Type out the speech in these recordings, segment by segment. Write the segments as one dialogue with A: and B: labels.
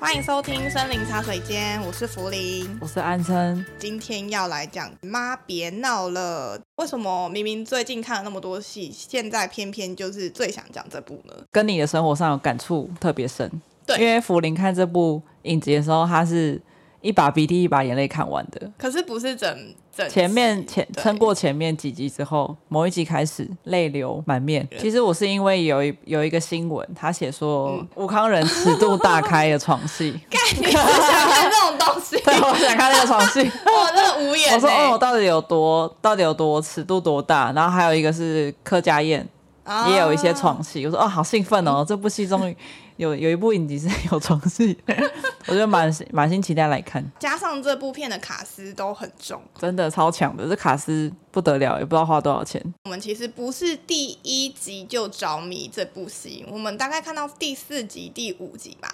A: 欢迎收听森林茶水间，我是福林。
B: 我是安生，
A: 今天要来讲《妈别闹了》，为什么明明最近看了那么多戏，现在偏偏就是最想讲这部呢？
B: 跟你的生活上有感触特别深。
A: 对
B: 因为福林看这部影集的时候，他是一把鼻涕一把眼泪看完的。
A: 可是不是整整
B: 前面
A: 集
B: 前
A: 对
B: 撑过前面几集之后，某一集开始泪流满面。其实我是因为有一有一个新闻，他写说
A: 嗯
B: 吴、康仁尺度大开的床 戏，
A: 你是想看这种 东西，
B: 对，我想看那个床 戏。
A: 我真的无言、欸。
B: 我说哦，到底有多到底有多尺度多大？然后还有一个是柯佳燕，
A: 啊
B: 也有一些床戏。我说哦，好兴奋哦，这部戏终于 有有一部影集是有床戏， 我就满心满心期待来看，
A: 加上这部片的卡斯都很重，
B: 真的超强的，这卡斯不得了，也不知道花多少钱。
A: 我们其实不是第一集就着迷这部戏，我们大概看到第四集、第五集吧。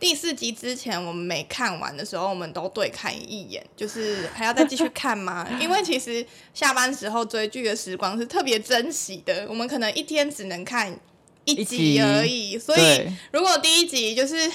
A: 第四集之前我们没看完的时候，我们都对看一眼，就是还要再继续看 吗？因为其实下班时候追剧的时光是特别珍惜的，我们可能一天只能看一
B: 一
A: 集
B: 集
A: 而已，所以
B: 对，
A: 如果第一集就是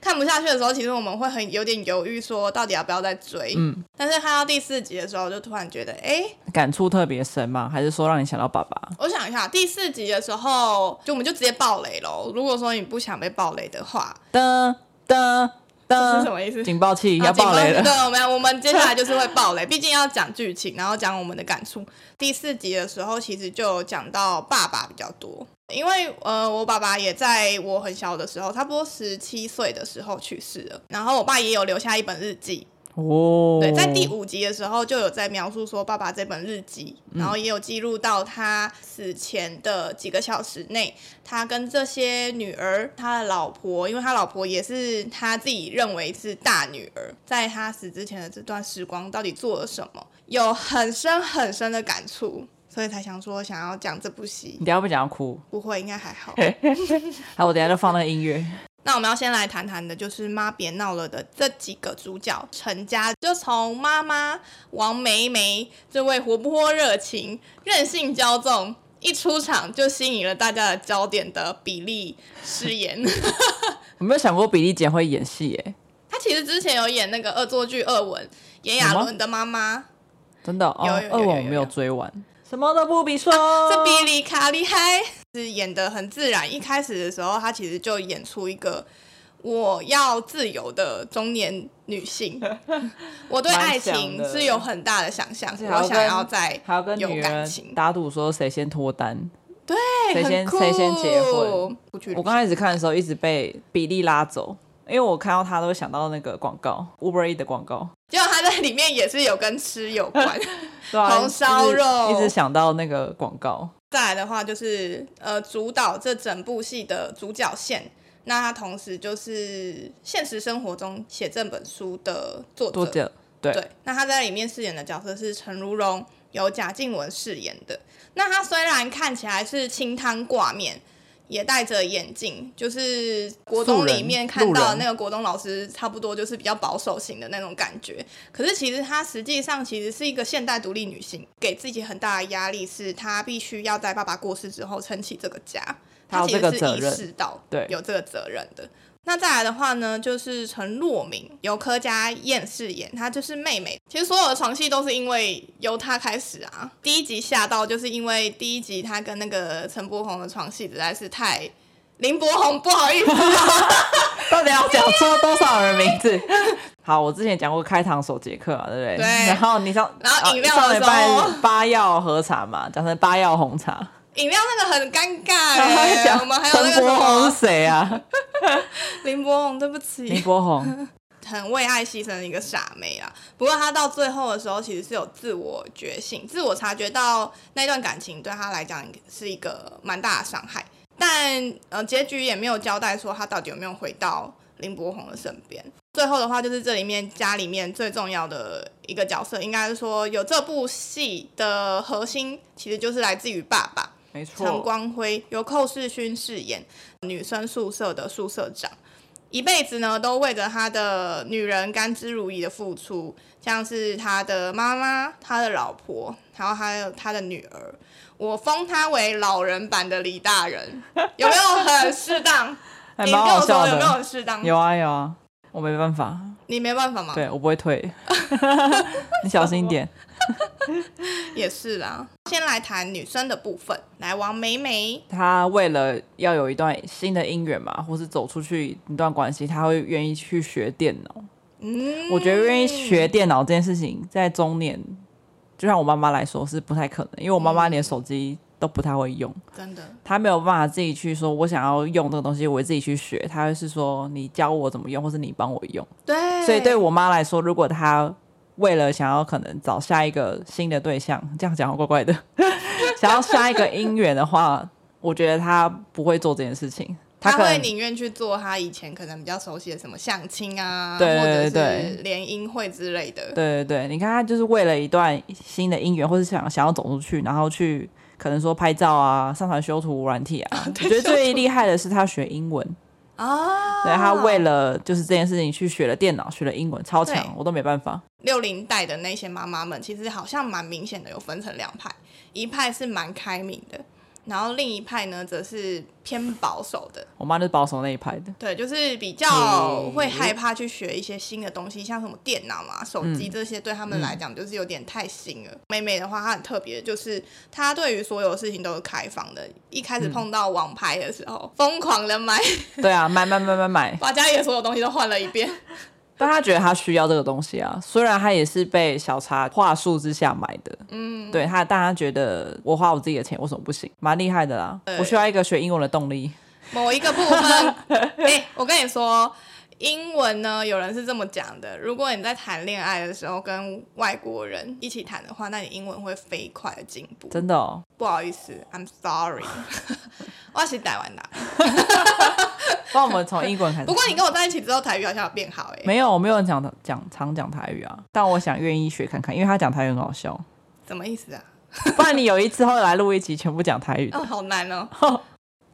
A: 看不下去的时候，其实我们会很有点犹豫，说到底要不要再追。
B: 嗯，
A: 但是看到第四集的时候，就突然觉得，哎、
B: 感触特别深嘛，还是说让你想到爸爸？
A: 我想一下，第四集的时候，就我们就直接爆雷喽。如果说你不想被爆雷的话，
B: 噔噔
A: 这是什
B: 噔，
A: 么意思？
B: 警报器
A: 啊
B: 要爆雷
A: 警
B: 了。
A: 对，我们我们接下来就是会爆 雷，毕竟要讲剧情，然后讲我们的感触。第四集的时候，其实就有讲到爸爸比较多，因为呃，我爸爸也在我很小的时候，差不多十七岁的时候去世了。然后我爸也有留下一本日记，
B: 哦，
A: 对，在第五集的时候就有在描述说爸爸这本日记，然后也有记录到他死前的几个小时内，他跟这些女儿、他的老婆，因为他老婆也是他自己认为是大女儿，在他死之前的这段时光到底做了什么，有很深很深的感触，所以才想说想要讲这部戏
B: 你。等一下不想要哭？
A: 不会，应该还好。
B: 好，我等一下就放那个音乐。
A: 那我们要先来谈谈的，就是《妈别闹了》的这几个主角陈家，就从妈妈王梅梅这位活泼热情、任性骄纵，一出场就吸引了大家的焦点的比利饰 演。
B: 我没有想过比利姐会演戏耶、
A: 她其实之前有演那个恶作剧《恶文》，炎亚纶的妈妈，
B: 真的哦
A: 有有有，
B: 二
A: 有
B: 我
A: 有
B: 没
A: 有
B: 有追完，什么都不必说。
A: 啊这比利卡厉害，是演的很自然。一开始的时候，她其实就演出一个我要自由的中年女 性。我对爱情是有很大的想象，
B: 且还
A: 我
B: 要
A: 想要在
B: 还要跟
A: 有
B: 女
A: 感
B: 人
A: 情，
B: 打赌说谁先脱单。
A: 哎
B: 谁
A: 很
B: 先
A: 酷
B: 谁先结婚？
A: 不去旅行
B: 我刚开始看的时候一直被比利拉走，因为我看到他都会想到那个广告 Uber E 的广告，
A: 结果她在里面也是有跟吃有关。
B: 对啊
A: 红烧肉
B: 一直一直想到那个广告。
A: 再来的话就是呃，主导这整部戏的主角线。那他同时就是现实生活中写这本书的作
B: 作
A: 者，
B: 者对
A: 对，那他在里面饰演的角色是陈如蓉，由贾静雯饰演的。那他虽然看起来是清汤挂面，也戴着眼镜，就是国中
B: 素人
A: 里面看
B: 路
A: 到的
B: 人
A: 那个国中老师，差不多就是比较保守型的那种感觉。可是其实她实际上其实是一个现代独立女性，给自己很大的压力，是她必须要在爸爸过世之后撑起这个家。
B: 她
A: 她
B: 有
A: 其实
B: 这个
A: 是
B: 责
A: 意
B: 任
A: 识到
B: 对
A: 有这个责任的。那再来的话呢，就是陈若明由柯佳燕饰演，她就是妹妹。其实所有的床戏都是因为由她开始啊。第一集吓到，就是因为第一集她跟那个陈柏宏的床戏实在是太……林柏宏不好意 思，
B: 到底要讲出多少人名字？ 好，我之前讲过开膛手杰克嘛，对不对？
A: 对
B: 然后你上，
A: 然后饮料
B: 啊上礼
A: 的时候
B: 拜八药喝茶嘛，讲成八药红茶。
A: 饮料那个很尴尬、
B: 然后还
A: 欸。
B: 讲
A: 我们还有那
B: 陈
A: 个什
B: 柏宏是
A: 么
B: 谁啊？
A: 林柏宏，对不起，
B: 林柏宏，
A: 很为爱牺牲的一个傻妹啦。不过她到最后的时候，其实是有自我觉醒、自我察觉到那段感情对她来讲是一个蛮大的伤害。但呃，结局也没有交代说她到底有没有回到林柏宏的身边。最后的话，就是这里面家里面最重要的一个角色，应该是说有这部戏的核心，其实就是来自于爸爸。
B: 没
A: 陈
B: 错，
A: 光辉由寇世勋饰演女生宿舍的宿舍长，一辈子呢都为着他的女人甘之如饴的付出，像是他的妈妈、他的老婆，然后还有他的女儿。我封他为老人版的李 大人，有没有很适当？
B: 还
A: 你
B: 蛮
A: 跟我
B: 好
A: 说
B: 笑
A: 有没有
B: 的。
A: 很适当？
B: 有啊有啊，我没办法，
A: 你没办法嘛，
B: 对我不会退， 你小心一点。
A: 也是啦。先来谈女生的部分，来王梅梅，
B: 他为了要有一段新的姻缘嘛，或是走出去一段关系，他会愿意去学电脑。
A: 嗯，
B: 我觉得愿意学电脑这件事情，在中年，就像我妈妈来说是不太可能，因为我妈妈连手机都不太会用，
A: 嗯真的，
B: 她没有办法自己去说，我想要用这个东西，我自己去学。她会是说你教我怎么用，或是你帮我用。
A: 对，
B: 所以对我妈来说，如果她为了想要可能找下一个新的对象，这样讲好怪怪的， 想要下一个姻缘的话，我觉得她不会做这件事情。她
A: 他
B: 可
A: 会
B: 能
A: 宁愿去做他以前可能比较熟悉的什么相亲啊，
B: 对对
A: 或者
B: 对
A: 是联姻会之类的。
B: 对对对，你看她就是为了一段新的姻缘，或是想想要走出去，然后去可能说拍照啊、上传修图软体啊。我
A: 对
B: 觉得
A: 修图
B: 最厉害的是她学英文，
A: 啊，
B: 对她为了就是这件事情去学了电脑，学了英文，超强
A: 对，
B: 我都没办法。
A: 六零代的那些妈妈们，其实好像蛮明显的有分成两派，一派是蛮开明的，然后另一派呢则是偏保守的。
B: 我妈就是保守那一派的。
A: 对，就是比较会害怕去学一些新的东西，像什么电脑啊、手机这些，对他们来讲就是有点太新了。妹妹的话，她很特别，就是她对于所有事情都是开放的。一开始碰到网拍的时候，疯狂的买，
B: 对啊，买买买买买，
A: 把家里的所有东西都换了一遍。
B: 但他觉得他需要这个东西啊，虽然他也是被小茶话术之下买的，嗯，对他，但他觉得我花我自己的钱为什么不行？蛮厉害的啦，我需要一个学英文的动力。
A: 某一个部分，哎、我跟你说，英文呢，有人是这么讲的：如果你在谈恋爱的时候跟外国人一起谈的话，那你英文会飞快的进步。
B: 真的哦，
A: 不好意思，I'm sorry，我是台湾的。
B: 帮我们从英文开始。
A: 不过你跟我在一起之后，台语好像有变好哎、
B: 没有，我没有讲讲常讲台语啊，但我想愿意学看看，因为他讲台语很好笑。
A: 什么意思啊？
B: 不然你有一次后来录一集全部讲台语的，
A: 哦，好难 哦。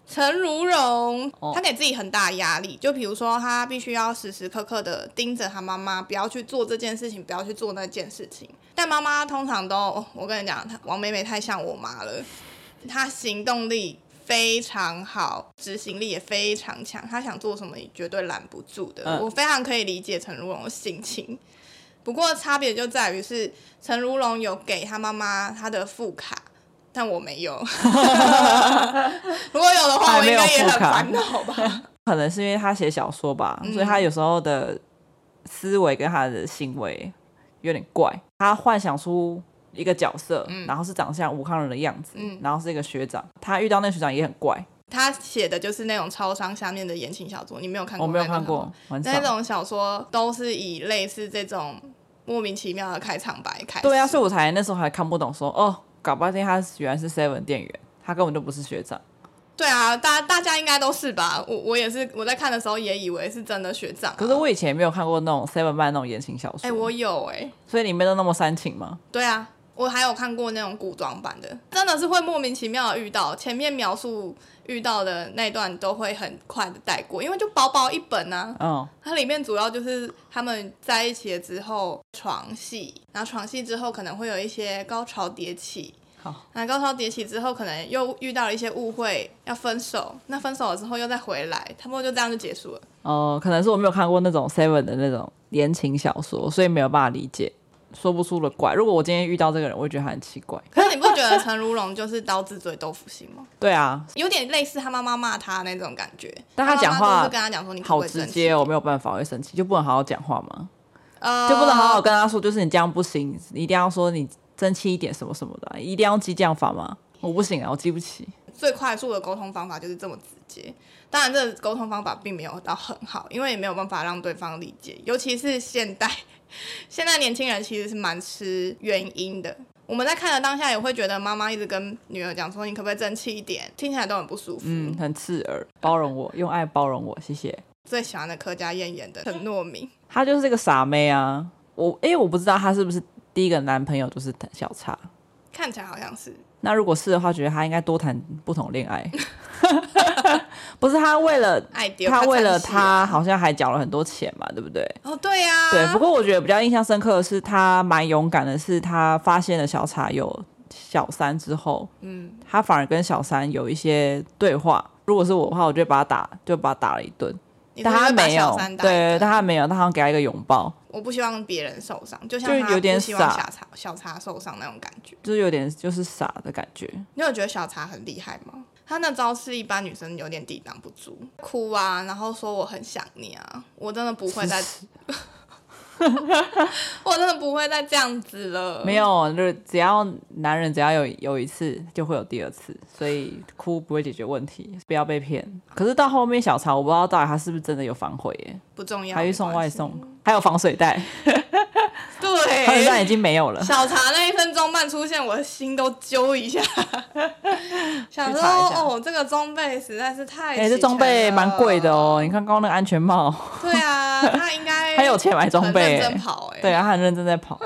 A: 陈如蓉，
B: 哦
A: 她给自己很大的压力，就比如说她必须要时时刻刻的盯着她妈妈，不要去做这件事情，不要去做那件事情。但妈妈通常都，哦我跟你讲，她王美美太像我妈了， 她行动力非常好，执行力也非常强，她想做什么也绝对拦不住的。
B: 嗯
A: 我非常可以理解陈如蓉的心情。不过差别就在于是陈如蓉有给她妈妈她的副卡，但我没 有。如果有的话，
B: 还
A: 我
B: 没
A: 应
B: 有
A: 该也
B: 副
A: 很
B: 卡
A: 烦恼吧？
B: 可能是因为他写小说吧，
A: 嗯
B: 所以他有时候的思维跟他的行为有点怪。他幻想出一个角色，然后是长相吴康仁的样子，
A: 嗯
B: 然后是一个学长。他遇到那个学长也很怪，
A: 他写的就是那种超商下面的言情小说，你没有看过？
B: 我没有看。过，很
A: 哦那
B: 少。
A: 种小说都是以类似这种莫名其妙的开场白开始。
B: 对啊，所以我才那时候还看不懂说哦，搞半天他原来是 Seven 店员，他根本就不是学长。
A: 对啊，大大家应该都是吧？我我也是，我在看的时候也以为是真的学长啊、
B: 可是我以前也没有看过那种 Seven 漫那种言情小说，
A: 哎、我有哎、
B: 所以里面都那么煽情吗？
A: 对啊，我还有看过那种古装版的，真的是会莫名其妙的遇到，前面描述遇到的那段都会很快的带过，因为就薄薄一本啊。
B: 嗯，
A: 它里面主要就是他们在一起了之后床戏，然后床戏之后可能会有一些高潮迭起，
B: 好，
A: 那高潮迭起之后可能又遇到了一些误会，要分手，那分手了之后又再回来，差不多就这样就结束了。
B: 哦、可能是我没有看过那种 Seven 的那种言情小说，所以没有办法理解，说不出的怪。如果我今天遇到这个人，我会觉得他很奇怪。
A: 可是你不觉得陈如龙就是刀子嘴豆腐心吗？
B: 对啊，
A: 有点类似他妈妈骂他那种感觉，
B: 但他
A: 妈妈
B: 讲话
A: 都是跟他讲说你可不
B: 好
A: 可以
B: 直
A: 生气
B: 接哦，我没有办法，我会生气，就不能好好讲话吗？
A: 呃，
B: 就不能好好跟他说，就是你这样不行，你一定要说你争气一点什么什么的啊，一定要激将法吗？我不行啊，我激不起。
A: 最快速的沟通方法就是这么直接。当然，这个沟通方法并没有到很好，因为也没有办法让对方理解，尤其是现代， 现在年轻人其实是蛮吃原因的。我们在看的当下也会觉得妈妈一直跟女儿讲说：“你可不可以争气一点？”听起来都很不舒服。
B: 嗯，很刺耳，包容我，用爱包容我，谢谢。
A: 最喜欢的柯佳燕演的陈糯米，
B: 她就是这个傻妹啊，我因为我不知道她是不是第一个男朋友就是小叉。
A: 看起来好像是
B: 那如果是的话，觉得她应该多谈不同恋爱。 不是她为了
A: 爱丢
B: 她为了
A: 看起来是
B: 她好像还缴了很多钱嘛，对不对？
A: 啊哦，对呀、
B: 对，不过我觉得比较印象深刻的是，他蛮勇敢的，是他发现了小茶有小三之后，嗯，他反而跟小三有一些对话。如果是我的话，我就把他打，就把他打了一顿。
A: 你你
B: 但
A: 说
B: 他
A: 会把
B: 没
A: 小
B: 有
A: 三，打一
B: 对，
A: 顿
B: 但他没有，他好像给他一个拥抱，
A: 我不希望别人受伤，就像
B: 就
A: 他
B: 有点
A: 不希望
B: 傻
A: 小茶小茶受伤那种感觉。
B: 就是有点就是傻的感觉。
A: 你有觉得小茶很厉害吗？他那招是一般女生有点抵挡不住，哭啊，然后说我很想你啊，我真的不会再， 我真的不会再这样子了。
B: 没，有，就是只要男人只要有有一次，就会有第二次，所以哭不会解决问题，不要被骗。可是到后面小曹，我不知道到底他是不是真的有反悔耶，
A: 不重要。
B: 还去
A: 没
B: 送
A: 关
B: 外
A: 系，哎
B: 送，还有防水袋，防水袋已
A: 对，
B: 经没有了。
A: 小茶那一分钟半出现，我的心都揪一 下，想说
B: 去查一下
A: 哦，这个装备实在是太
B: 哎、这装备蛮贵的
A: 哦。
B: 哦，你看刚刚那个安全帽，
A: 对啊，他应 该
B: 他有钱买装备
A: 很认
B: 耶
A: 真，跑哎、
B: 对啊，他很认真在跑，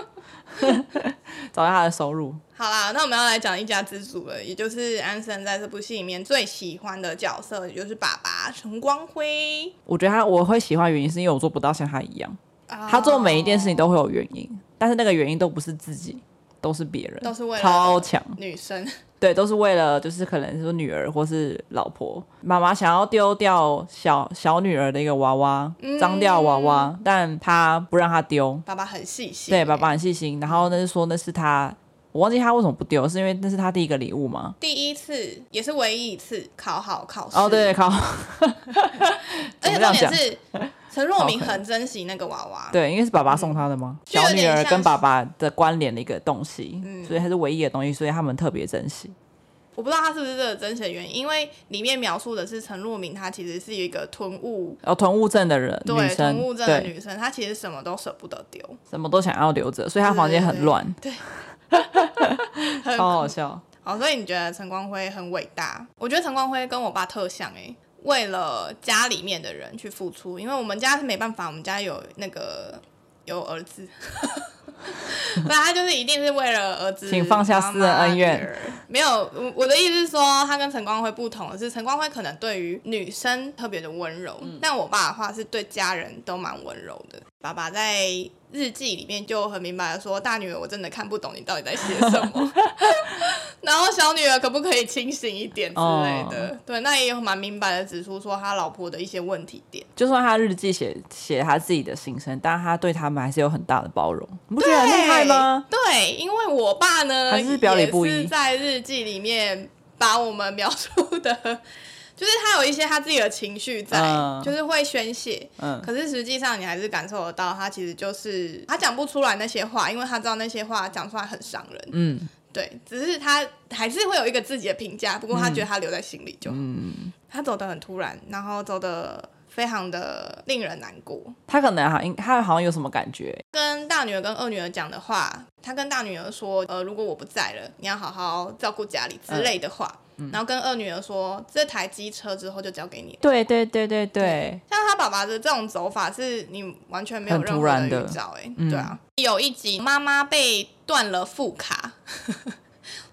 B: 找到他的收入。
A: 好啦，那我们要来讲一家之主了，也就是安生在这部戏里面最喜欢的角色，也就是爸爸陈光辉。
B: 我觉得他我会喜欢的原因是因为我做不到像他一样，他
A: 他
B: 做每一件事情都会有原因，但是那个原因都不是自己，都是别人，
A: 都是为了
B: 超强，
A: 女生，
B: 对，都是为了就是可能说女儿或是老婆，妈妈想要丢掉小小女儿的一个娃娃，脏掉娃娃，但她不让她丢，
A: 爸爸很嗯细心、欸
B: 对，爸。爸很细心，然后那是说那是她，我忘记她为什么不丢，是因为那是她第一个礼物吗？
A: 第一次也是唯一一次考好考试
B: 哦，对，， 靠，
A: 而
B: 怎
A: 且
B: 么这
A: 重
B: 样
A: 点
B: 讲
A: 是 陈若敏
B: 好可
A: 很珍惜那个娃娃，
B: 对，因为是爸爸送她的嘛，
A: 就有
B: 小女
A: 点
B: 儿
A: 像
B: 跟
A: 是
B: 爸爸的关联的一个东西，
A: 嗯
B: 所以它是唯一的东西，所以他们特别珍惜。
A: 我不知道他是不是这个真实的原因，因为里面描述的是陈若敏，她其实是一个囤物，
B: 然后哦囤物症的人，女
A: 对，
B: 生，
A: 囤物症的
B: 对，
A: 女生，她其实什么都舍不得丢，
B: 什么都想要留着，所以她房间
A: 对
B: 很
A: 对
B: 乱，
A: 很
B: 超好笑。
A: 哦，所以你觉得陈光辉很伟大？我觉得陈光辉跟我爸特像哎、为了家里面的人去付出，因为我们家是没办法，我们家有那个有儿子， 所以他就是一定是为了儿子。
B: 请放下私人恩怨
A: 妈妈。女儿没有，我我的意思是说，他跟陈光辉不同的是，陈光辉可能对于女生特别的温柔，
B: 嗯
A: 但我爸的话是对家人都蛮温柔的。爸爸在日记里面就很明白的说：“大女儿，我真的看不懂你到底在写什么。”然后小女儿可不可以清醒一点之类的？
B: 哦
A: 对，那也有蛮明白的指出说他老婆的一些问题点。
B: 就算他日记写写他自己的心声，但他对他们还是有很大的包容，你不觉得很厉啊害吗？
A: 对？对，因为我爸呢，
B: 还是表里不一
A: 也是在日记里面把我们描述的，就是他有一些他自己的情绪在，
B: 嗯
A: 就是会宣泄。
B: 嗯，
A: 可是实际上，你还是感受得到，他其实就是他讲不出来那些话，因为他知道那些话讲出来很伤人。
B: 嗯，
A: 对，只是他还是会有一个自己的评价，不过他觉得他留在心里就好。他走的很突然，然后走的非常的令人难过。
B: 他可能好像他好像有什么感觉，
A: 跟大女儿跟二女儿讲的话，他跟大女儿说，呃，如果我不在了，你要好好照顾家里之类的话。然后跟二女儿说，这台机车之后就交给你了。
B: 对对对对对，
A: 像他爸爸的这种走法，是你完全没有
B: 很
A: 任
B: 突
A: 何
B: 然的
A: 预兆、哎、
B: 嗯
A: 对啊。有一集妈妈被断了副卡，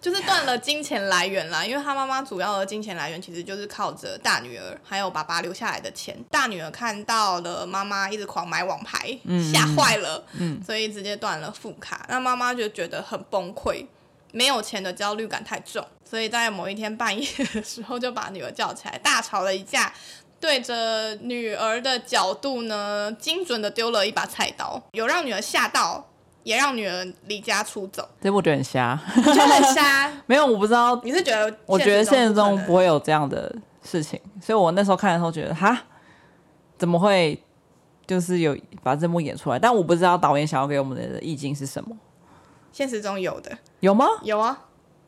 A: 就是断了金钱来源啦，因为他妈妈主要的金钱来源其实就是靠着大女儿还有爸爸留下来的钱。大女儿看到了妈妈一直狂买网牌，
B: 嗯
A: 吓坏了，所以直接断了副卡。那妈妈就觉得很崩溃，没有钱的焦虑感太重，所以在某一天半夜的时候就把女儿叫起来，大吵了一架。对着女儿的角度呢，精准的丢了一把菜刀，有让女儿吓到，也让女儿离家出 走，
B: 这我觉得很瞎，
A: 就很瞎。
B: 没有，我不知道，
A: 你是觉得？
B: 我觉得现实中不
A: 会。
B: 会有这样的事情，所以我那时候看的时候觉得，哈，怎么会就是有把这幕演出来？但我不知道导演想要给我们的意境是什么，
A: 现实中有的，
B: 有吗？
A: 有啊，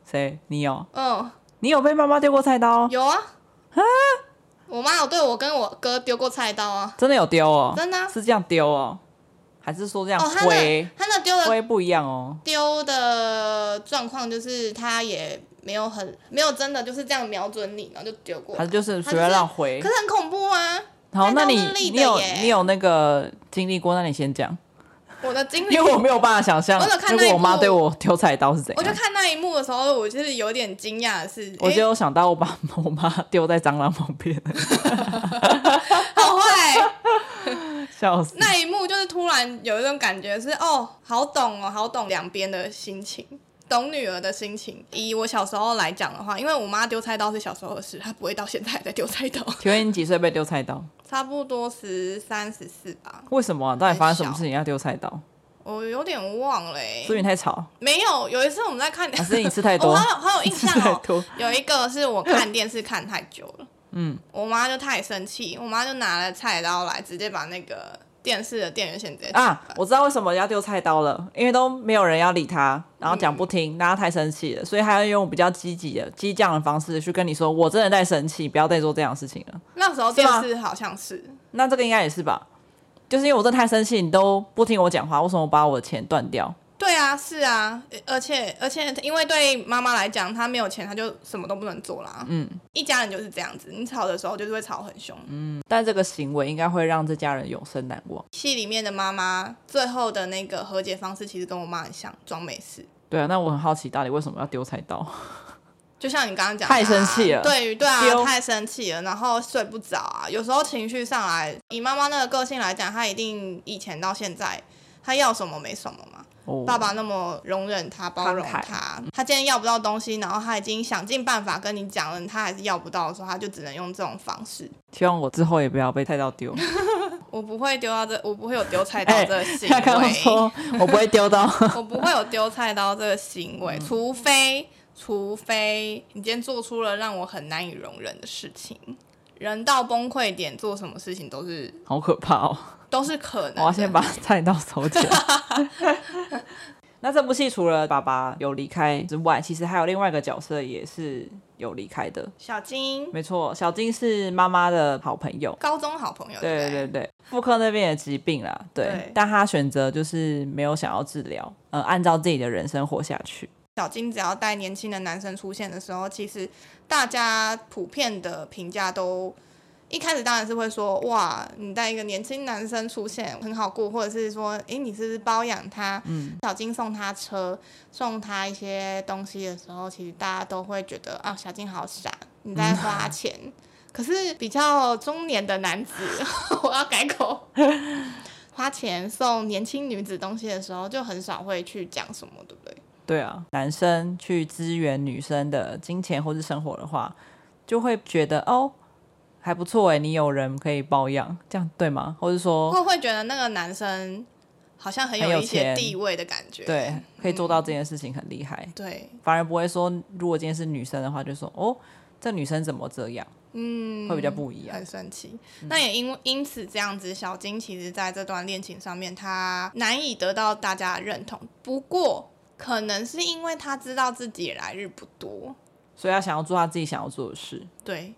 B: 谁？你有？
A: 嗯，
B: 你有被妈妈丢过菜刀？
A: 有啊，我妈有对我跟我哥丢过菜刀啊，
B: 真的有丢哦？
A: 真的啊
B: 是这样丢哦，还是说这样
A: 哦，呃他
B: 挥
A: 那？他那丢的
B: 挥、不一样哦。
A: 丢的状况就是他也没有很没有真的就是这样瞄准你，然后就丢过
B: 他
A: 来，
B: 就是
A: 他
B: 随
A: 就
B: 便
A: 是
B: 乱挥
A: 可。是很恐怖啊。
B: 好，
A: 菜刀
B: 那你
A: 是立的
B: 你有
A: 耶
B: 你有那个经历过？那你先讲，
A: 我的经历，
B: 因为我没有办法想象
A: 我有看，
B: 如
A: 那一
B: 果我妈
A: 部
B: 对我丢菜刀是怎
A: 我就
B: 样。
A: 看那一幕的时候，我就是有点惊讶的是，
B: 我
A: 诶
B: 就有想到我把 我妈丢在蟑螂旁边，
A: 好坏。
B: 笑死！
A: 那一幕就是突然有一种感觉是，哦，好懂哦，好懂两边的心情，懂女儿的心情。以我小时候来讲的话，因为我妈丢菜刀是小时候的事，她不会到现在还在丢菜刀，
B: 请问你几岁被丢菜刀？
A: 差不多十三十四吧，
B: 为什么、啊？到底发生什么事情要丢菜刀？
A: 我有点忘了、欸
B: 是不。是你太吵？
A: 没有，有一次我们在看，
B: 还是你吃太
A: 我
B: 多？
A: 好有好有印
B: 吃
A: 象
B: 太
A: 哦。
B: 多？
A: 有一个是我看电视看太久了，
B: 嗯，
A: 我妈就太生气，我妈就拿了菜刀来，直接把那个电视的电源线直接
B: 啊
A: 切，断
B: 我知道为什么要丢菜刀了，因为都没有人要理他，然后讲不听，大家太生气了，所以他要用比较积极的、激将的方式去跟你说：“我真的在生气，不要再做这样的事情了。
A: 那时候
B: 是
A: 电
B: 吗
A: 视好像是，”
B: 那这个应该也是吧？就是因为我真的太生气，你都不听我讲话，为什么把我的钱断掉？
A: 对啊，是啊，而且而且，因为对妈妈来讲，她没有钱，她就什么都不能做啦。
B: 嗯，
A: 一家人就是这样子，你吵的时候就是会吵很凶。
B: 但这个行为应该会让这家人永生难忘。
A: 戏里面的妈妈最后的那个和解方式，其实跟我妈很像，装没事。
B: 对啊，那我很好奇，到底为什么要丢菜刀？
A: 就像你刚刚讲的啊，
B: 太生气了
A: 对于对啊
B: 丢，
A: 太生气了，然后睡不着啊，有时候情绪上来，以妈妈那个个性来讲，她一定以前到现在，她要什么没什么嘛。
B: 哦
A: 爸爸那么容忍她，包容
B: 慷慨
A: 她，她今天要不到东西，然后她已经想尽办法跟你讲了，她还是要不到的时候，她就只能用这种方式。
B: 希望我之后也不要被菜刀丢。
A: 我不会丢到这，我不会有丢菜刀
B: 哎
A: 这个行为。
B: 他刚刚说我不会丢刀，
A: 我不会有丢菜刀这个行
B: 嗯
A: 为，除非除非你今天做出了让我很难以容忍的事情，人到崩溃点做什么事情都是
B: 好可怕哦！
A: 都是可能的。
B: 我要先把菜刀收起来。 那这部戏除了爸爸有离开之外，其实还有另外一个角色也是有离开的。
A: 小金
B: 没错，小金是妈妈的好朋友。
A: 高中好朋友，
B: 对
A: 不对
B: 对对，妇科那边的疾病啦，对，
A: 对
B: 但他选择就是没有想要治疗，呃，按照自己的人生活下去。
A: 小金只要带年轻的男生出现的时候，其实大家普遍的评价都一开始当然是会说哇，你带一个年轻男生出现很好过，或者是说诶，你是不是包养他？嗯，小金送他车，送他一些东西的时候，其实大家都会觉得啊，小金好傻，你在花钱。可是比较中年的男子， 我要改口。花钱送年轻女子东西的时候，就很少会去讲什么，对不对？
B: 对啊，男生去支援女生的金钱或是生活的话，就会觉得哦，还不错哎，你有人可以包养，这样对吗？或者说，
A: 会会觉得那个男生好像很
B: 很有
A: 有一些
B: 钱
A: 地位的感觉。
B: 对，可以做到这件事情很厉害，
A: 对，
B: 反而不会说，如果今天是女生的话，就说哦，这女生怎么这样，
A: 嗯，
B: 会比较不一样。
A: 很神奇。
B: 嗯
A: 那也因为因此这样子，小金其实在这段恋情上面，他难以得到大家的认同。不过，可能是因为他知道自己也来日不多，
B: 所以她想要做她自己想要做的事，
A: 对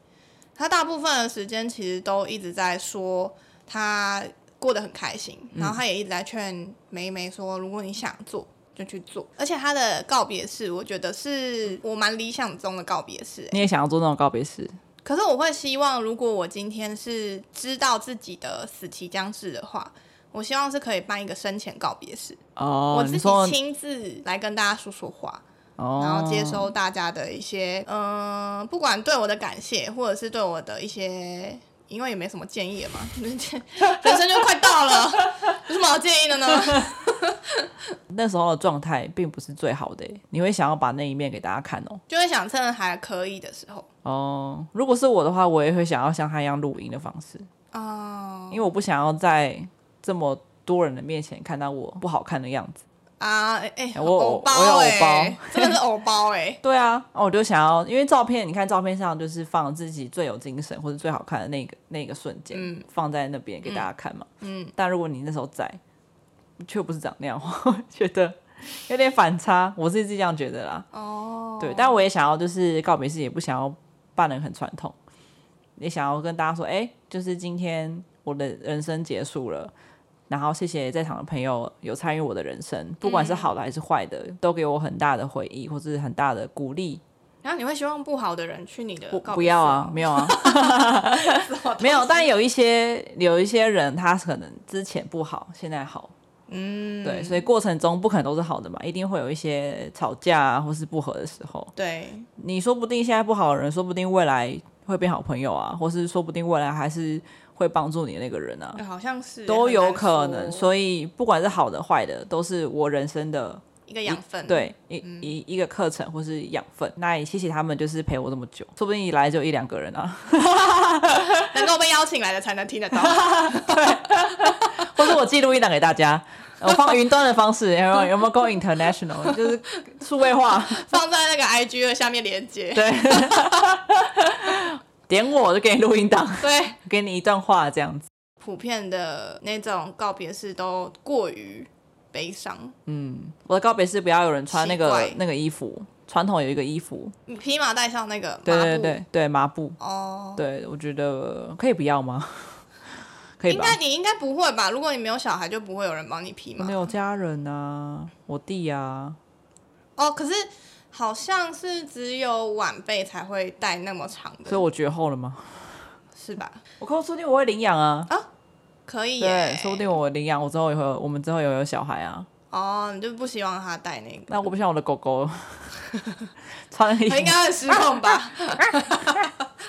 A: 他大部分的时间其实都一直在说他过得很开心，然
B: 嗯
A: 后他也一直在劝梅梅说，如果你想做。就去做，而且他的告别式，我觉得是我蛮理想中的告别式、欸
B: 你也想要做那种告别式，
A: 可是我会希望，如果我今天是知道自己的死期将至的话，我希望是可以办一个生前告别式，
B: 哦
A: 我，自
B: 你说
A: 己亲自来跟大家说说话。
B: 哦，
A: 然后接收大家的一些，嗯、不管对我的感谢，或者是对我的一些，因为也没什么建议了嘛，人生 就快到了，有什么好建议的呢？
B: 那时候的状态并不是最好的欸，你会想要把那一面给大家看哦。
A: 就会想趁还可以的时候，
B: 哦，如果是我的话，我也会想要像他一样录音的方式，
A: 哦、
B: 因为我不想要在这么多人的面前看到我不好看的样子。
A: 啊，哎、哎，
B: 我有
A: 偶包、
B: 我有偶
A: 哎，
B: 包
A: 真的是偶 包哎、
B: 对啊，然后我就想要，因为照片，你看照片上就是放自己最有精神或者最好看的那个那个瞬间，
A: 嗯
B: 放在那边给大家看嘛。
A: 嗯，
B: 但如果你那时候在，却不是长那样，我会觉得有点反差，我是自己这样觉得啦。
A: 哦，
B: 对，但我也想要就是告别式，也不想要办的很传统，也想要跟大家说，哎、就是今天我的人生结束了。然后谢谢在场的朋友有参与我的人生，不管是
A: 嗯
B: 好的还是坏的，都给我很大的回忆或是很大的鼓励。
A: 然后你会希望不好的人去你的
B: 不
A: 告别
B: 不要
A: 式
B: 啊，没有啊，
A: 吗，
B: 没 有。但有一些有一些人，他可能之前不好，现在好，
A: 嗯，
B: 对，所以过程中不可能都是好的嘛，一定会有一些吵架啊，或是不合的时候。
A: 对，
B: 你说不定现在不好的人，说不定未来会变好朋友啊，或是说不定未来还是会帮助你的那个人啊，
A: 哎好像是
B: 都有可能。
A: 说
B: 所以不管是好的坏的，都是我人生的
A: 一个养分。
B: 对，一
A: 嗯
B: 一、一个课程或是养分。那也谢谢他们，就是陪我这么久，说不定一来就一两个人啊，
A: 能够被邀请来的才能听得到。
B: 或者我记录一档给大家，呃我放云端的方式，有没有有没有够 international？就是 数位化，
A: 放在那个 IG 的下面连接。
B: 对，点我就给你录音档，
A: 对，
B: 给你一段话这样子。
A: 普遍的那种告别式都过于悲伤。
B: 我的告别式不要有人穿那
A: 奇
B: 个
A: 怪
B: 那个衣服，传统有一个衣服，
A: 披麻戴上那个
B: 对
A: 麻布
B: 对对对，麻布，
A: 哦，
B: 对我觉得可以不要吗？ 可以
A: 应
B: 吧？
A: 该你应该不会吧？如果你没有小孩，就不会有人帮你披
B: 我
A: 嘛
B: 没。有家人啊，我弟啊，
A: 哦，可是好像是只有晚辈才会戴那么长
B: 所以
A: 的，
B: 我绝后了吗？
A: 是吧？
B: 我说不定我会领养啊，
A: 可以
B: 对
A: 耶，。
B: 说不定我领养，我之后也会有，我们之后也会有小孩 啊。
A: 哦，你就不希望他戴那个？
B: 那我不像我的狗狗 穿了衣服
A: 他应，该会失控 吧？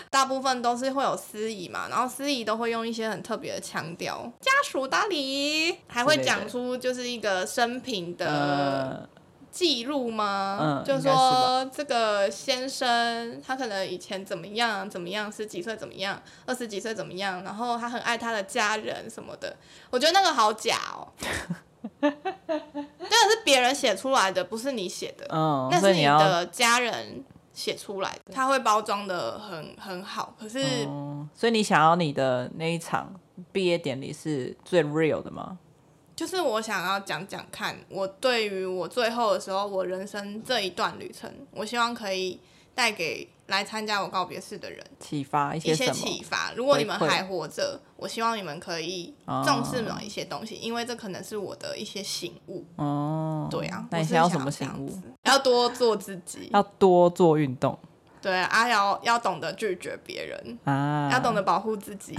A: 大部分都是会有司仪嘛，然后司仪都会用一些很特别的腔调，家属打理，还会
B: 之类的
A: 讲出就是一个生平的
B: 呃，
A: 记录吗？
B: 嗯
A: 就
B: 应该是吧
A: 说这个先生他可能以前怎么样怎么样，十几岁怎么样，二十几岁怎么样，然后他很爱他的家人什么的。我觉得那个好假 哦，真的是别人写出来的，不是你写的，
B: 嗯，
A: 那
B: 所
A: 是
B: 以你要，
A: 的家人写出来的，他会包装的很很好，可是
B: 嗯，所以你想要你的那一场毕业典礼是最 real 的吗？
A: 就是我想要讲讲看，我对于我最后的时候，我人生这一段旅程，我希望可以带给来参加我告别式的人
B: 启发一
A: 一
B: 些
A: 些
B: 什
A: 启
B: 么？
A: 发。如果你们
B: 回馈
A: 还活着，我希望你们可以
B: 哦
A: 重视某一些东西，因为这可能是我的一些醒悟。
B: 哦，
A: 对啊，
B: 那你
A: 我是
B: 想要什么
A: 这
B: 醒
A: 样
B: 悟
A: 子？？要多做自己，
B: 要多做运动
A: 对啊，要要懂得拒绝别人，
B: 啊！
A: 要懂得保护自己。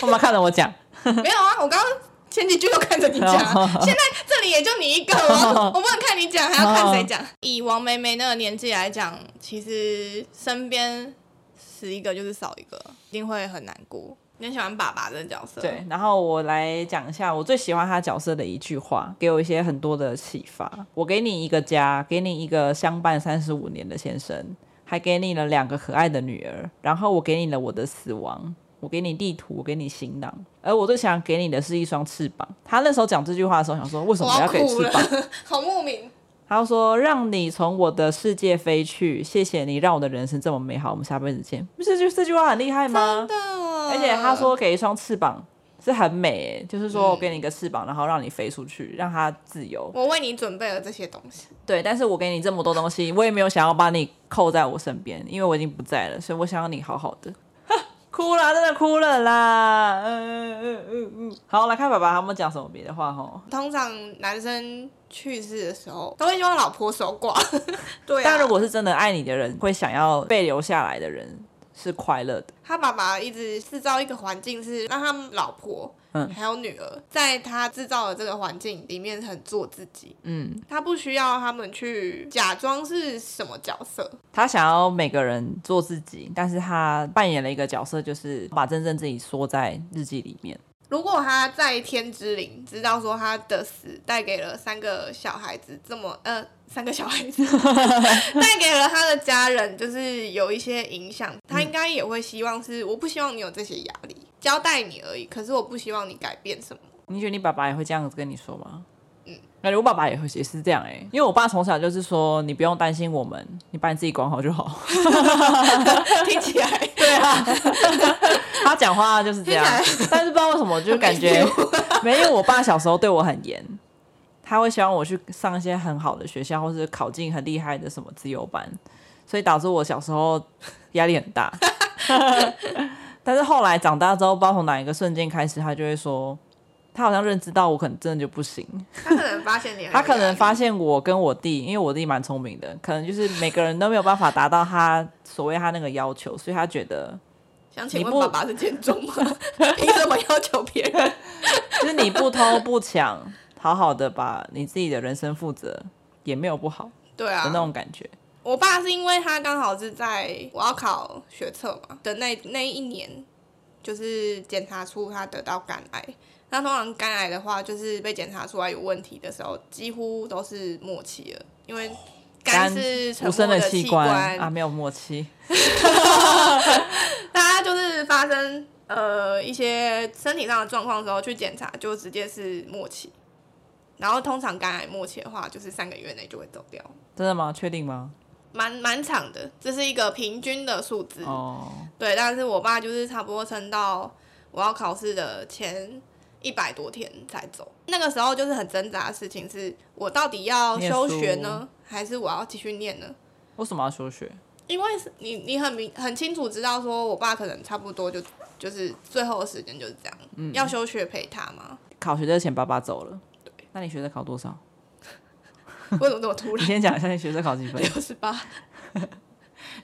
B: 干嘛看着我讲？
A: 没有啊，我刚刚前几句都看着 你讲 啊， 现在这里也就你一个，我要 我不能看你讲，还要看谁讲。以王梅梅那个年纪来讲，其实身边十一个就是少一个，一定会很难过。你很喜欢爸爸这个角色，
B: 对，然后我来讲一下我最喜欢他角色的一句话，给我一些很多的启发。我给你一个家，给你一个相伴三十五年的先生，还给你了两个可爱的女儿，然后我给你了我的死亡。我给你地图，我给你行囊，而我最想给你的是一双翅膀。他那时候讲这句话的时候，想说为什
A: 我
B: 么要给
A: 哭
B: 翅
A: 了
B: 膀？，
A: 好莫名。
B: 他说：“让你从我的世界飞去，谢谢你让我的人生这么美好。我们下辈子见。”不是就这句话很厉害吗？
A: 真的，
B: 而
A: 而
B: 且他说给一双翅膀是很美欸，就是说我
A: 嗯
B: 给你一个翅膀，然后让你飞出去，让它自由。
A: 我为你准备了这些东西，
B: 对，但是我给你这么多东西，我也没有想要把你扣在我身边，因为我已经不在了，所以我想要你好好的。 哭了，真的哭了啦！嗯嗯嗯嗯。好，来看爸爸他们讲什么别的话吼。
A: 通常男生去世的时候都会希望老婆守寡， 对、啊。
B: 但如果是真的爱你的人，会想要被留下来的人是快乐的。
A: 他爸爸一直制造一个环境，是让他老婆，
B: 嗯
A: 还有女儿，在他制造的这个环境里面很做自己，
B: 嗯，
A: 他不需要他们去假装是什么角色，
B: 他想要每个人做自己，但是他扮演了一个角色，就是把真正自己缩在日记里面。
A: 如果他在天之灵知道说他的死带给了三个小孩子这么呃三个小孩 子带给了他的家人，就是有一些影响，
B: 嗯
A: 他应该也会希望是我不希望你有这些压力，交代你而已，可是我不希望你改变 什么。
B: 你觉得你爸爸也会这样子跟你说吗？嗯，感觉我爸爸也会也是这样哎、因为我爸从小就是说，你不用担心我们，你把你自己管好就好。
A: 听起来
B: 对啊，他讲话就是这样
A: 听，
B: 但是不知道为什么，就感觉没有。我爸小时候对我很严，他会希望我去上一些很好的学校，或是考进很厉害的什么自由班，所以导致我小时候压力很 大。但是后来长大之后，不知道从哪一个瞬间开始，他就会说，他好像认知到我可能真的就不行。
A: 他可能发现你很有
B: 他可
A: 压
B: 能
A: 力
B: 发现我跟我弟，因为我弟蛮聪明的，可能就是每个人都没有办法达到他所谓他那个要求，所以他觉得
A: 想请
B: 你
A: 问
B: 不
A: 爸爸是健忠吗？ 凭什么要求别 人？
B: 就是你不偷不抢，好好的把你自己的人生负责，也没有不好的
A: 对
B: 那
A: 啊，
B: 种感觉。
A: 我爸是因为他刚好是在我要考学测嘛的那那一年，就是检查出他得到肝癌。那通常肝癌的话，就是被检查出来有问题的时候，几乎都是末期了，因为肝是沉
B: 无声
A: 默的
B: 器
A: 官，
B: 啊，没有默契。
A: 大家就是发生呃一些身体上的状况之后去检查，就直接是末期。然后通常肝癌末期的话，就是三个月内就会走掉，
B: 真的吗？确定吗？
A: 蛮蛮长的，这是一个平均的数字。
B: 哦，
A: 对，但是我爸就是差不多撑到我要考试的前一百多天才走。那个时候就是很挣扎的事情是，我到底要
B: 念
A: 休
B: 书
A: 学呢，还是我要继续念呢？
B: 为什么要休学？
A: 因为是你你很明很清楚知道说，我爸可能差不多就就是最后的时间就是这样，
B: 嗯
A: 要休学陪他嘛。
B: 考学测前爸爸走了，那你学测考多少？
A: 为什么这么突
B: 你
A: 然？
B: 先讲一下你学测考几 分？
A: 六十八，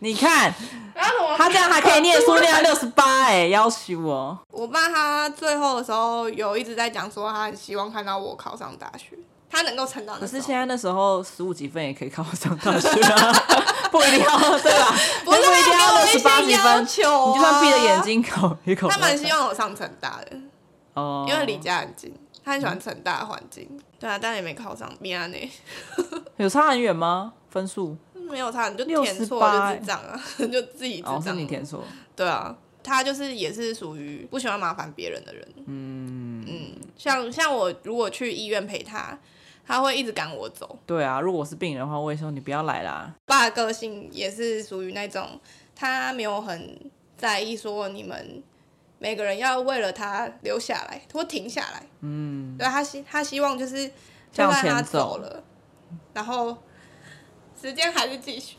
B: 你看
A: 然后我
B: 他这样还可以念书念到六十八，哎，要求哦。
A: 我爸他最后的时候有一直在讲说，他很希望看到我考上大学，他能够撑到
B: 可
A: 那时
B: 是
A: 候。
B: 现在那时候十五几分也可以考上大学啊， 不一定要对吧？
A: 不是
B: 不一定
A: 他
B: 要
A: 给我
B: 六
A: 一
B: 十
A: 些
B: 八几分，
A: 要求啊
B: 你就算闭着眼睛考也考不
A: 他
B: 上。
A: 蛮希望我上成大的，
B: 哦，
A: 因为离家很近，他很喜欢成大的环境。对啊，但也没考上，米安呢，
B: 有差很远吗？分数
A: 没有差，你就
B: 68
A: 填错就智障啊， 就自己智
B: 哦，是
A: 障。
B: 你填错。
A: 对啊，他就是也是属于不喜欢麻烦别人的人。嗯嗯，像像我如果去医院陪他，他会一直赶我走。
B: 对啊，如果我是病人的话，我也说你不要来 啦。
A: 爸的个性也是属于那种，他没有很在意说你们每个人要为了他留下来或停下来。嗯，对他希他希望就是就
B: 向
A: 算
B: 前
A: 他
B: 走
A: 走了，然后时间还是继续。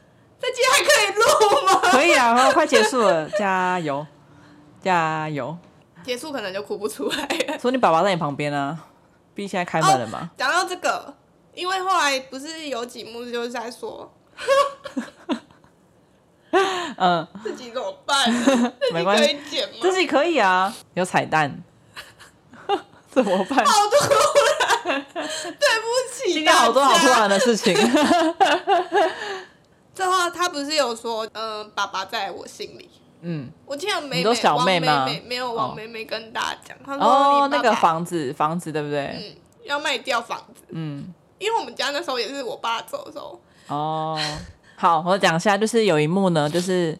A: 这集还可以录吗？
B: 可以啊，快快结束了，加油，加油！
A: 结束可能就哭不出来了。
B: 所以你爸爸在你旁边啊，毕竟现在开门了嘛。
A: 讲到这个，因为后来不是有几幕就是在 说，
B: 嗯，
A: 自己怎么办？自己
B: 没关
A: 可
B: 系，
A: 以剪吗？
B: 自己可以啊，有彩 蛋，怎么办？
A: 好突然，啊 对不起，
B: 今天好多好突
A: 大家。
B: 然的事情。
A: 最后他不是有说，呃，爸爸在我心里。
B: 嗯，
A: 我记得妹
B: 你
A: 妹
B: 说小妹吗
A: 王妹妹没有
B: 哦
A: 王妹妹跟大家讲，她说
B: 哦，
A: 你爸爸
B: 那个房子，房子对不对？
A: 嗯要卖掉房子，
B: 嗯，
A: 因为我们家那时候也是我爸走的时候，
B: 哦， 好，我讲一下，就是有一幕呢，就是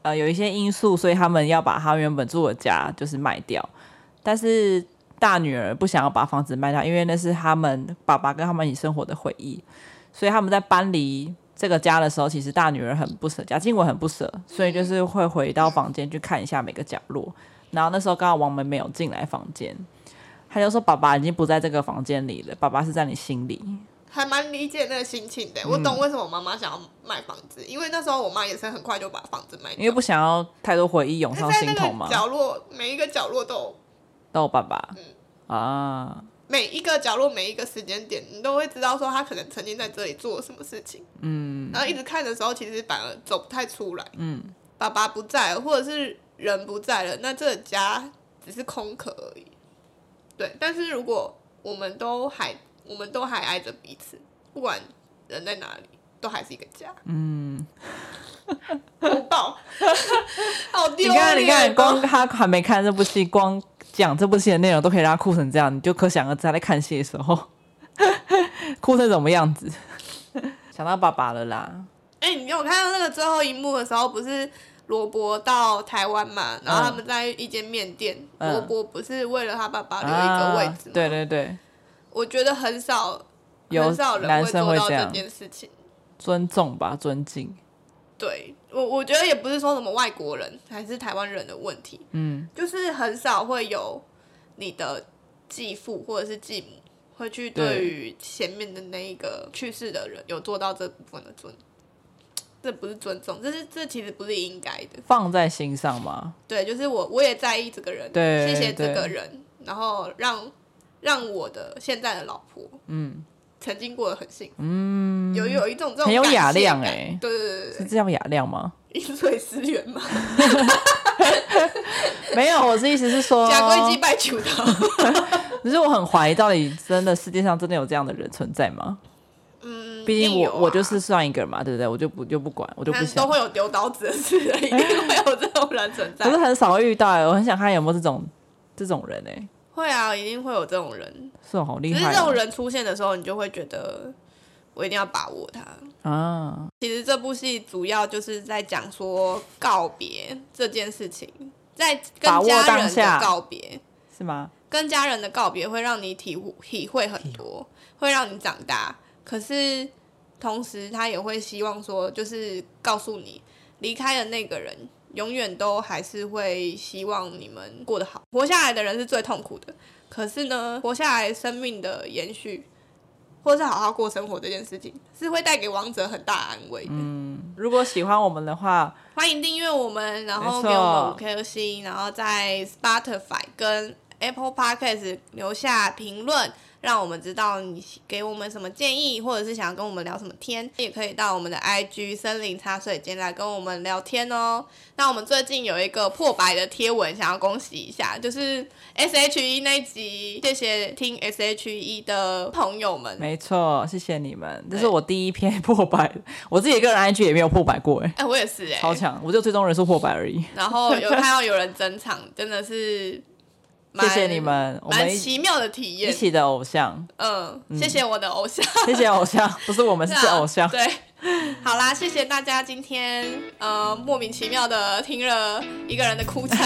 B: 呃有一些因素，所以他们要把他原本住的家就是卖掉，但是大女儿不想要把房子卖掉，因为那是他们爸爸跟他们一起生活的回忆，所以他们在搬离。这个家的时候，其实大女儿很不舍，贾静雯很不舍，所以就是会回到房间去看一下每个角落。然后那时候刚好王梅没有进来房间，她就说：“爸爸已经不在这个房间里了，爸爸是在你心里。”
A: 还蛮理解那个心情
B: 嗯
A: 的。我懂为什么我妈妈想要卖房子，因为那时候我妈也是很快就把房子卖掉，
B: 因为不想要太多回忆涌
A: 他
B: 上
A: 在
B: 心
A: 那
B: 头嘛
A: 个。角嗯落，每一个角落都有，
B: 到我爸爸、啊，
A: 每一个角落，每一个时间点，你都会知道说他可能曾经在这里做了什么事情。嗯，然后一直看的时候，其实反而走不太出来。嗯，爸爸不在了，或者是人不在了，那这个家只是空壳而已。对，但是如果我们都还我们都还爱着彼此，不管人在哪里，都还是一个家。嗯， 火爆， 好
B: 你
A: 丢脸！
B: 看，
A: 哦
B: 你看，光他还没看这部戏，光讲这部戏的内容都可以让他哭成这样，你就可想而知他在看戏的时候 哭成什么样子。想到爸爸了啦，
A: 哎、你有看到那个最后一幕的时候，不是罗伯到台湾嘛？然后他们在一间面店，
B: 嗯
A: 罗、伯不是为了他爸爸留一个位
B: 啊
A: 置吗？，
B: 对对对，
A: 我觉得很少
B: 有
A: 很少人
B: 男
A: 会
B: 生
A: 做
B: 会
A: 到
B: 这
A: 这
B: 样
A: 件事情。
B: 尊重吧，尊敬。
A: 对我，我觉得也不是说什么外国人还是台湾人的问题，
B: 嗯，
A: 就是很少会有你的继父或者是继母会去
B: 对
A: 对于前面的那一个去世的人有做到这部分的尊，这不是尊重，这是这其实不是应该的。
B: 放在心上嘛。
A: 对，就是我我也在意这个人，
B: 对
A: 谢谢这
B: 对
A: 个人，然后让让我的现在的老婆，嗯，曾经过得很幸福，嗯，有有一种这种
B: 很有
A: 感谢
B: 雅量
A: 感
B: 欸
A: 对对对对
B: 是
A: 对，
B: 这样雅量吗？
A: 饮水思源嘛，
B: 没有，我的意思是说，
A: 假规祭拜求道，
B: 只是我很怀疑，到底真的世界上真的有这样的人存在吗？
A: 嗯
B: 毕
A: 一定
B: 竟
A: 有
B: 我、
A: 啊
B: 我就是算一个人嘛，对不对？我就不就不管，我就不
A: 但
B: 想哎
A: 都。会有丢刀子的事的，一定会有这种人存
B: 可是
A: 在。
B: 很少遇到、欸，我很想看有没有这种这种人哎、欸，
A: 会啊，一定会有这种人。
B: 是哦好厉
A: 只是
B: 害
A: 这
B: 哦、
A: 种人出现的时候，你就会觉得我一定要把握他。
B: 啊！
A: 其实这部戏主要就是在讲说告别这件事情，在跟
B: 把握
A: 家
B: 当
A: 人
B: 下
A: 的告别，
B: 是吗？
A: 跟家人的告别会让你体悟体会很多，会让你长大。可是同时，他也会希望说，就是告诉你，离开的那个人永远都还是会希望你们过得好。活下来的人是最痛苦的，可是呢，活下来生命的延续，或是好好过生活这件事情，是会带给亡者很大安慰
B: 嗯
A: 的。
B: 如果喜欢我们的话，
A: 欢迎订阅我们，然
B: 没
A: 后给
B: 错
A: 我们五颗星，然后在 Spotify 跟 Apple Podcast 留下评论，让我们知道你给我们什么建议，或者是想要跟我们聊什么天，也可以到我们的 IG 森林茶水间来跟我们聊天哦。那我们最近有一个破百的贴文，想要恭喜一下，就是 SHE 那一集，谢谢听 SHE 的朋友们，
B: 没错，谢谢你们，这是我第一篇 破百，我自己一个人 IG 也没有破百过哎、
A: 哎、我也是哎、
B: 超强，我就最终人数破百而已。
A: 然后有看到有人整场，真的是蛮
B: 谢谢你们，我
A: 蛮
B: 们一
A: 奇妙的体
B: 一
A: 验。
B: 起的偶像，
A: 嗯，谢谢我的偶像，
B: 谢谢偶像，不是我们是偶像。
A: 对，好啦，谢谢大家今天呃莫名其妙的听了一个人的 哭腔，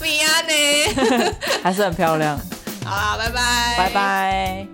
A: 米娅呢？
B: 还是很漂亮。
A: 好啦，拜拜，
B: 拜。拜。